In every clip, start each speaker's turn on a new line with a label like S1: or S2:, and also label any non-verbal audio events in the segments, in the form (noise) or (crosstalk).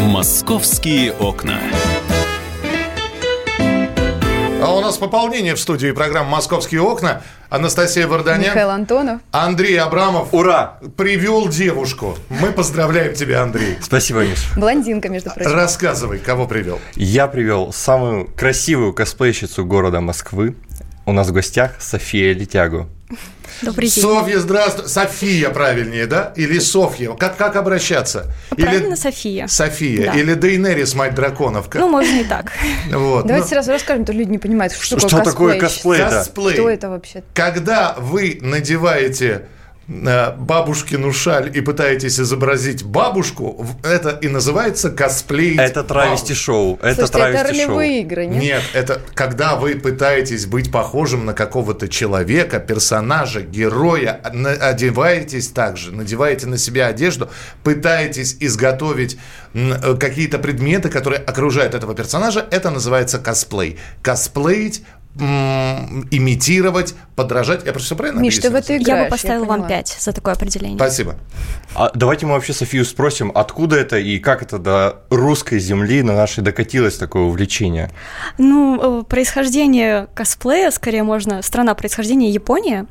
S1: «Московские окна».
S2: А у нас пополнение в студии программы «Московские окна». Анастасия Варданян.
S3: Михаил Антонов.
S2: Андрей Абрамов
S4: Ура!
S2: привел девушку. Мы поздравляем тебя, Андрей.
S4: Спасибо, Миш.
S3: Блондинка, между прочим.
S2: Рассказывай, кого привел.
S4: Я привел самую красивую косплейщицу города Москвы. У нас в гостях София Летягу.
S5: Добрый день.
S2: Софья, здравствуй. София правильнее, да? Или Софья? Как, как обращаться?
S5: Правильно, София.
S2: София.
S5: Да.
S2: Или Дейнерис, мать драконов. Как-
S5: Ну, можно и так.
S2: вот.
S3: Давайте
S2: Ну,
S3: сразу расскажем, то люди не понимают, что,
S4: Что такое косплей? да?
S2: косплей.
S3: Что это вообще?
S2: Когда вы надеваете э, бабушкину шаль и пытаетесь изобразить бабушку, в- это и называется косплей.
S4: Это травести-шоу. Это
S3: Слушайте, это
S4: травести-шоу.
S3: ролевые игры, нет?
S2: Нет, это когда вы пытаетесь быть похожим на какого-то человека, персонажа, героя, на- одеваетесь также, надеваете на себя одежду, пытаетесь изготовить м, э, какие-то предметы, которые окружают этого персонажа, это называется косплей. Косплеить, м, имитировать, подражать. Я просто все правильно
S3: Миш, ты в
S2: объяснил?
S3: это играешь.
S5: Я бы поставил вам
S3: поняла.
S5: 5 за такое определение.
S2: Спасибо.
S4: А давайте мы вообще Софию спросим, откуда это и как это до русской земли на нашей докатилось такое увлечение.
S5: Ну, э, происхождение косплея, скорее можно, страна происхождения Япония,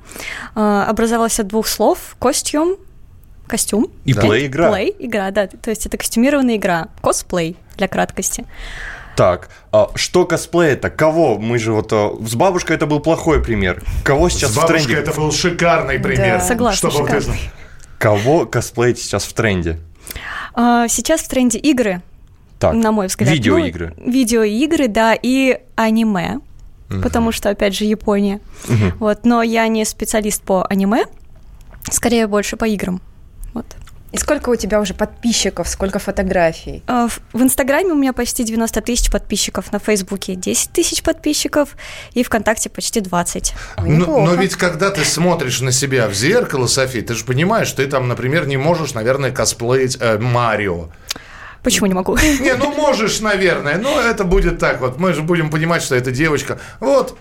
S5: э, образовалась от двух слов костюм, костюм,
S4: И
S2: Да.
S4: плей-игра.
S5: плей, игра, да, то есть это костюмированная игра, косплей для краткости.
S4: Так, а что косплей это? Кого? Мы же вот... а, С бабушкой это был плохой пример. Кого сейчас
S2: С
S4: в
S2: бабушкой
S4: тренде?
S2: это был шикарный пример.
S3: Да.
S5: Согласна,
S2: чтобы вот
S5: шикарный.
S2: это-
S4: Кого косплеить сейчас в тренде?
S5: А, Сейчас в тренде игры,
S4: Так,
S5: на мой взгляд. ну,
S4: видеоигры.
S5: видеоигры, да, и аниме, потому что, опять же, Япония.
S4: Мгм.
S5: Вот, но я не специалист по аниме, скорее больше по играм. Вот.
S3: И сколько у тебя уже подписчиков, сколько фотографий?
S5: А, В в Инстаграме у меня почти 90 тысяч подписчиков, на Фейсбуке 10 тысяч подписчиков и ВКонтакте почти 20.
S3: Ой,
S2: Ну, Но,
S3: неплохо.
S2: но ведь когда ты смотришь на себя в зеркало, Софи, ты же понимаешь, ты там, например, не можешь, наверное, косплеить э, Марио.
S5: Почему не могу?
S2: Не, ну можешь, наверное, но это будет так вот. Мы же будем понимать, что это девочка. Вот,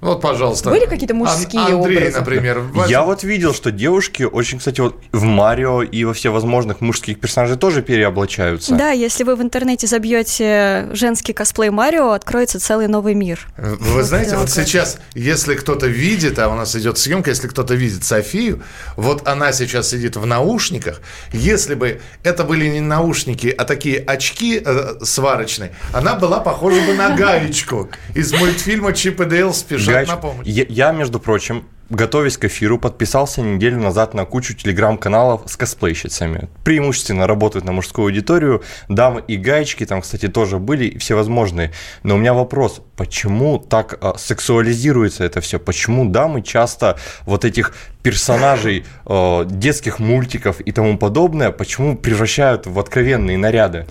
S2: вот, пожалуйста.
S3: Были какие-то мужские
S2: Ан- Андрей,
S3: образы?
S2: например.
S4: Я вот видел, что девушки очень, кстати, вот в Марио и во всевозможных мужских персонажей тоже переоблачаются.
S5: Да, если вы в интернете забьете женский косплей Марио, откроется целый новый мир.
S2: Вы знаете, вот
S3: как.
S2: сейчас, если кто-то видит, а у нас идет съемка, если кто-то видит Софию, вот она сейчас сидит в наушниках. Если бы это были не наушники, а такие очки э, сварочные, она была похожа бы
S3: (laughs)
S2: на гаечку из мультфильма Чип и Дейл спешат
S4: Гаечка.
S2: на помощь.
S4: Я, я, между прочим, готовясь к эфиру, подписался неделю назад на кучу телеграм-каналов с косплейщицами. Преимущественно работают на мужскую аудиторию. Дамы и гаечки там, кстати, тоже были, и всевозможные. Но у меня вопрос, почему так а, сексуализируется это все? Почему дамы часто вот этих персонажей э, детских мультиков и тому подобное, почему превращают в откровенные наряды?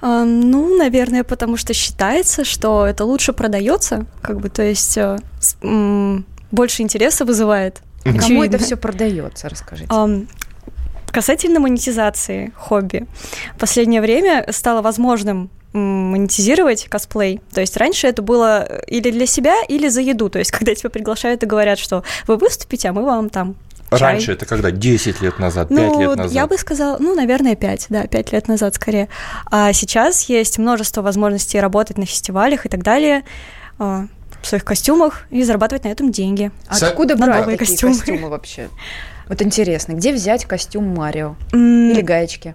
S5: А, Ну, наверное, потому что считается, что это лучше продается, как бы, то есть э, с- м, больше интереса вызывает.
S3: Кому это
S5: Очевидно.
S3: все продается, расскажите.
S5: Ам, Касательно монетизации хобби. В последнее время стало возможным м, монетизировать косплей. То есть раньше это было э, или для себя, или за еду. То есть (laughs) когда тебя приглашают и говорят, что вы выступите, а мы вам там чай.
S4: Раньше это когда? 10 лет назад, 5
S5: Ну,
S4: лет назад?
S5: я бы сказала, ну, наверное, 5, да, 5 лет назад скорее. А сейчас есть множество возможностей работать на фестивалях и так далее, а, в своих костюмах и зарабатывать на этом деньги.
S3: А
S2: Со-
S3: Откуда
S5: на
S3: брать
S5: новые
S3: такие
S5: костюмы.
S3: костюмы. вообще? Вот интересно, где взять костюм Марио?
S5: М,
S3: Или гаечки?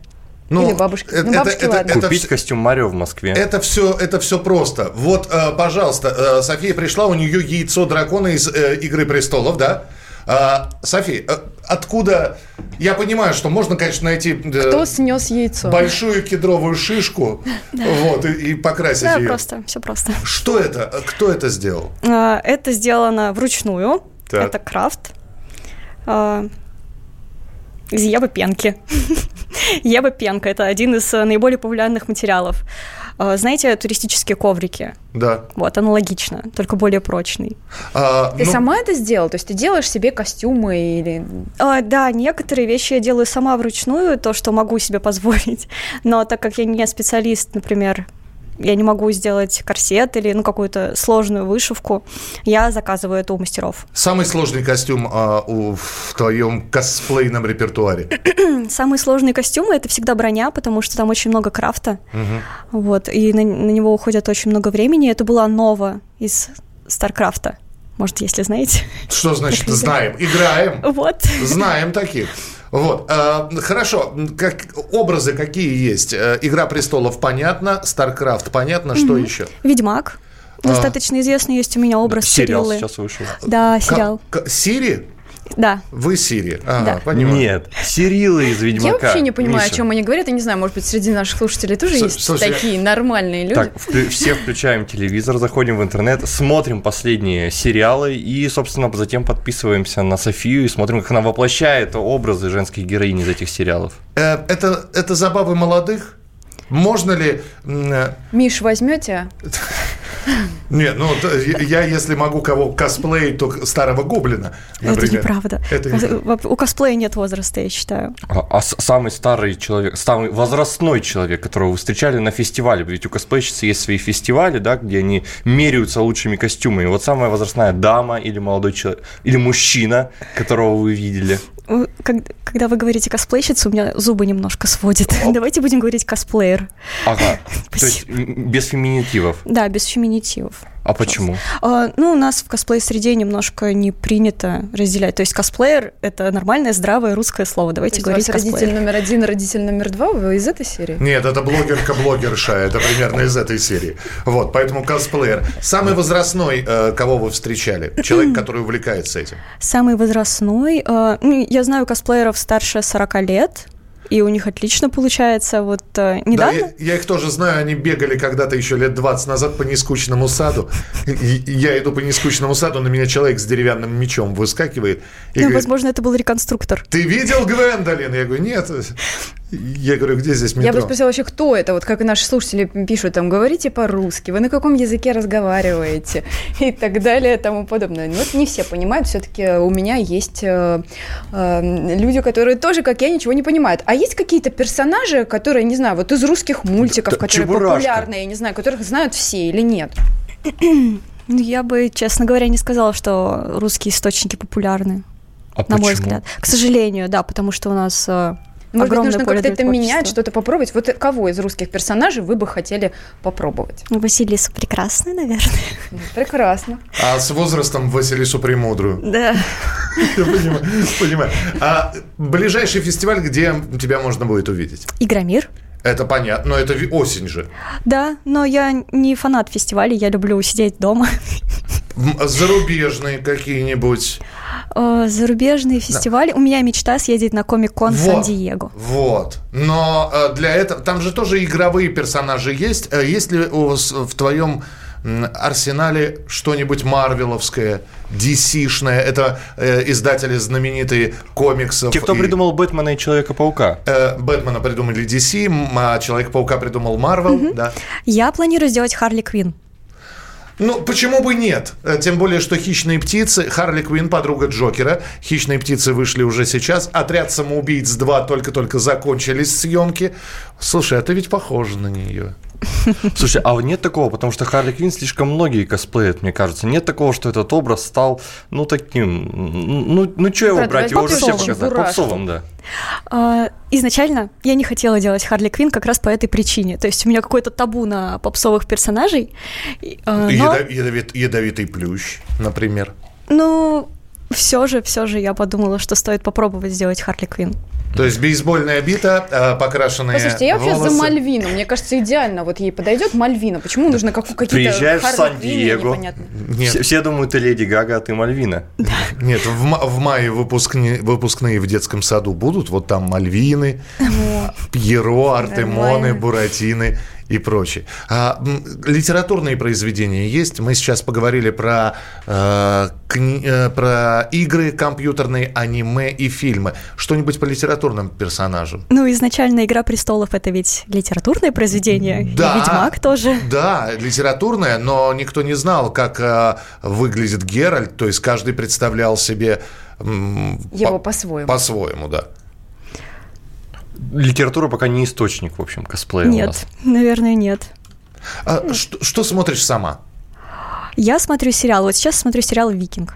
S3: Или бабушки. Ну, бабушки, ладно.
S2: это
S4: Купить
S2: вс-
S4: костюм Марио в Москве.
S2: Это все, это все просто. Вот, э, пожалуйста, э, София пришла, у нее яйцо дракона из э, Игры престолов, да? А, София, э, откуда? Я понимаю, что можно, конечно, найти э,
S3: Кто снес яйцо?
S2: большую кедровую шишку, вот и, и покрасить
S5: Да,
S2: ее.
S5: просто, все просто.
S2: Что это? Э, Кто это сделал?
S5: А, Это сделано вручную.
S2: Так.
S5: Это крафт. А, Из (laughs) ябопенки. Ябопенка – это один из э, наиболее популярных материалов. А, Знаете, туристические коврики?
S2: Да.
S5: Вот, аналогично, только более прочный.
S2: А,
S3: Ты
S2: ну,
S3: сама это сделала? То есть ты делаешь себе костюмы или...
S5: А, Да, некоторые вещи я делаю (laughs) сама вручную, то, что могу себе позволить. Но так как я не специалист, например, я не могу сделать корсет или ну, какую-то сложную вышивку, я заказываю это у мастеров.
S2: Самый сложный костюм а, у, в твоем косплейном репертуаре.
S5: Самые сложные костюмы это всегда броня, потому что там очень много крафта. Вот, и на, на него уходит очень много времени. Это была нова из Старкрафта. Может, если знаете. (laughs)
S2: Что значит знаем? Играем.
S5: Вот.
S2: Знаем таких. Вот, э, хорошо, как, образы какие есть? Э, Игра престолов понятно, Старкрафт понятно, что еще?
S5: Ведьмак.
S2: А.
S5: Достаточно известный есть у меня образ
S4: Сериал
S5: Сириллы.
S4: сейчас вышел.
S5: Да, сериал.
S2: Ка- ка- Сири?
S5: Да.
S2: Вы Сири? Ага,
S5: Да.
S2: понимаю.
S4: Нет, Сирилы из Ведьмака.
S1: Я вообще не понимаю,
S4: Миша.
S1: о чем они говорят. Я не знаю, может быть, среди наших слушателей тоже
S2: С-
S1: есть
S2: слушай,
S1: такие нормальные люди.
S4: Так, вклю- все включаем телевизор, заходим в интернет, смотрим последние сериалы и, собственно, затем подписываемся на Софию и смотрим, как она воплощает образы женских героинь из этих сериалов.
S2: Э, это, это забавы молодых? Можно ли... м, э,
S1: Миш, возьмете?
S2: Не, ну, т- я, если могу кого косплеить, то старого гоблина,
S5: Это
S2: например.
S5: неправда.
S2: Это неправда.
S5: У косплея нет возраста, я считаю.
S4: А, а с- самый старый человек, самый возрастной человек, которого вы встречали на фестивале, ведь у косплейщицы есть свои фестивали, да, где они меряются лучшими костюмами. Вот самая возрастная дама или молодой человек, или мужчина, которого вы видели.
S5: Э, как- Когда вы говорите косплейщица, у меня зубы немножко сводят. (laughs) Давайте будем говорить косплеер.
S4: Ага, то
S5: (laughs)
S4: есть м, без феминитивов.
S5: Да, без феминитивов.
S4: А почему?
S5: А, Ну, у нас в косплей-среде немножко не принято разделять. То есть косплеер — это нормальное, здравое русское слово. Давайте
S1: То есть
S5: говорить
S1: у вас родитель
S5: косплеер.
S1: номер один, родитель номер два, вы из этой серии?
S2: Нет, это блогерка-блогерша, это примерно из этой серии. Вот, поэтому косплеер. Самый возрастной, э, кого вы встречали?
S5: (clears throat)
S2: Человек, который увлекается этим.
S5: Самый возрастной... э, ну, Я знаю косплееров старше 40 лет, и у них отлично получается. Вот э,
S2: Да,
S5: недавно...
S2: я, я их тоже знаю, они бегали когда-то еще лет 20 назад по нескучному саду. И- и Я иду по нескучному саду, на меня человек с деревянным мечом выскакивает и
S5: Ну,
S2: говорит,
S5: возможно, это был реконструктор.
S2: ты видел Гвендолин? Я говорю, нет. Я говорю, где здесь метро?
S1: Я бы спросила вообще, кто это, вот как и наши слушатели пишут, там, говорите по-русски, вы на каком языке разговариваете (laughs) и так далее, и тому подобное. Ну, вот не все понимают, все-таки у меня есть э, э, люди, которые тоже, как я, ничего не понимают. А есть какие-то персонажи, которые, не знаю, вот из русских мультиков,
S4: Да,
S1: которые
S4: Чебурашка.
S1: популярны, я не знаю, которых знают все или нет?
S5: Ну, Я бы, честно говоря, не сказала, что русские источники популярны,
S4: А
S5: на мой
S4: почему?
S5: взгляд. К сожалению, да, потому что у нас э,
S1: Ну, Может быть,
S5: огромное
S1: нужно
S5: поле
S1: как-то
S5: для
S1: это менять,
S5: творчества.
S1: что-то попробовать. Вот кого из русских персонажей вы бы хотели попробовать?
S5: Ну, Василиса прекрасная, наверное.
S1: Ну, Прекрасно.
S2: А с возрастом Василису Премудрую. (laughs)
S5: Да.
S2: Я понимаю, понимаю. А ближайший фестиваль, где тебя можно будет увидеть?
S5: Игромир.
S2: Это понятно, но это ви- осень же.
S5: Да, но я не фанат фестивалей, я люблю сидеть дома.
S2: М, Зарубежные какие-нибудь.
S5: Э, Зарубежные фестивали. У меня мечта съездить на Комик-кон в
S2: Вот.
S5: Сан-Диего.
S2: Вот. Но э, для этого... Там же тоже игровые персонажи есть. Э, Есть ли у вас в твоем м, арсенале что-нибудь марвеловское, DC-шное? Это э, издатели знаменитые комиксов.
S4: Те, кто
S2: и-
S4: придумал Бэтмена и
S5: (laughs)
S4: Человека-паука.
S2: э, Бэтмена придумали DC, м, а Человек-паука придумал Марвел, да.
S5: Я планирую сделать Харли Квин.
S2: Ну, почему бы нет? Э, Тем более, что «Хищные птицы», Харли Квинн, подруга Джокера. «Хищные птицы» вышли уже сейчас. «Отряд самоубийц 2» только-только закончились съемки. Слушай, а ты ведь похожа на нее.
S4: Слушай, а нет такого, потому что Харли Квинн слишком многие косплеят, мне кажется. Нет такого, что этот образ стал, ну, таким, м, ну, ну что его
S1: Брат,
S4: брать, его уже все
S1: попсовым,
S4: показали.
S1: чебурашкой.
S4: Попсовым, да.
S5: А, Изначально я не хотела делать Харли Квин как раз по этой причине. То есть у меня какое-то табу на попсовых персонажей. И, э, но-
S2: Ядо- ядовит- ядовитый плющ, например.
S5: Ну, все же, все же я подумала, что стоит попробовать сделать Харли Квин.
S2: То есть бейсбольная бита, э, покрашенные
S1: Послушайте, я
S4: а
S1: вообще
S2: волосы.
S1: за Мальвину. Мне кажется, идеально вот ей подойдет Мальвина. Почему нужно как, какие-то
S4: Приезжаешь в
S1: Харли
S4: Сан-Диего.
S1: Квинны непонятно?
S2: Нет,
S4: Все, все думают, ты Леди Гага, а ты Мальвина.
S2: нет в, ма- в мае выпускни- выпускные в детском саду будут. Вот там Мальвины, Пьеро, Артемоны,
S1: Нормально.
S2: Буратины и прочее. А, м, литературные произведения есть. Мы сейчас поговорили про, э, кни- э, про игры компьютерные, аниме и фильмы. Что-нибудь по литературным персонажам?
S5: Ну, изначально «Игра престолов» — это ведь литературное произведение,
S2: Да.
S5: и «Ведьмак» тоже.
S2: Да, литературная, но никто не знал, как э, выглядит Геральт, то есть каждый представлял себе м,
S1: Его
S2: по-
S1: по-своему.
S2: по-своему, да.
S4: Литература пока не источник, в общем, косплея у
S5: Нет,
S4: нас.
S5: наверное, нет.
S2: А, что, что смотришь сама?
S5: Я смотрю сериал. Вот сейчас смотрю сериал «Викинг».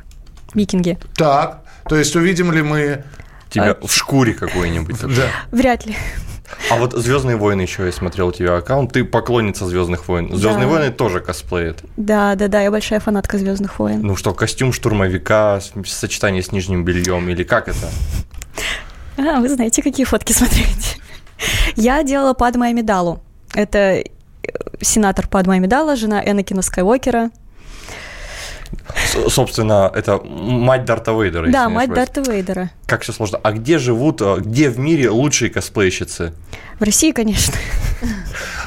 S5: «Викинги».
S2: Так, то есть увидим ли мы...
S4: Тебя
S5: А
S4: в шкуре (laughs) какой-нибудь.
S2: Да.
S5: Вряд ли.
S4: А вот Звездные войны еще я смотрел у тебя аккаунт. Ты поклонница Звездных войн. Звездные
S5: Да.
S4: войны тоже косплеит.
S5: Да, да, да, я большая фанатка Звездных войн.
S4: Ну что, костюм штурмовика, с- сочетание с нижним бельем или как это?
S5: А, вы знаете, какие фотки (laughs) смотреть. Я делала Падма Амидалу. Это э, сенатор Падма Амидала, жена Энакина Скайуокера.
S4: С- собственно, это мать Дарта Вейдера. если
S5: Да,
S4: я не
S5: мать
S4: ошибаюсь.
S5: Дарта Вейдера.
S4: Как все сложно. А где живут, э, где в мире лучшие косплейщицы?
S5: В России, конечно.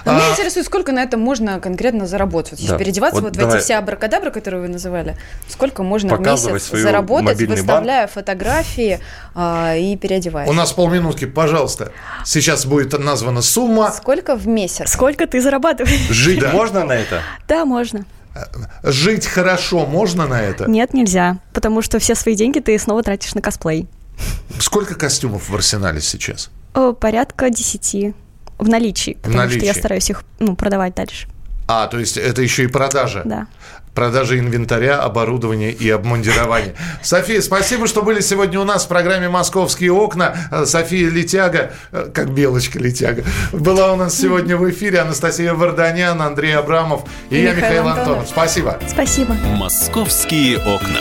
S1: Меня интересует, сколько на этом можно конкретно заработать. Вот Если
S4: А. Да.
S1: переодеваться
S4: Вот
S1: вот, в
S4: давай.
S1: эти все абракадабры, которые вы называли, сколько можно в
S4: Показывай
S1: месяц
S4: свою
S1: заработать,
S4: мобильный банк.
S1: выставляя фотографии а, и переодеваясь.
S2: У нас полминутки, пожалуйста. Сейчас будет названа сумма.
S1: Сколько в месяц?
S5: Сколько ты зарабатываешь?
S4: Жить
S2: Да.
S4: можно на это?
S5: Да, можно.
S2: Жить хорошо можно на это?
S5: Нет, нельзя. Потому что все свои деньги ты снова тратишь на косплей.
S2: Сколько костюмов в арсенале сейчас?
S5: О, Э, Порядка десяти. В наличии. Потому что я
S2: наличии.
S5: стараюсь их ну, продавать дальше.
S2: А, то есть это еще и продажа.
S5: Да.
S2: Продажа инвентаря, оборудования и
S1: (laughs)
S2: обмундирования. София, спасибо, что были сегодня у нас в программе «Московские окна». Э, София Летяга, э, как белочка Летяга, была у нас сегодня в эфире. Анастасия Варданян, Андрей Абрамов и, я,
S1: Михаил
S2: Михаил
S1: Антонов.
S2: Антонов. Спасибо.
S5: Спасибо.
S6: Московские окна.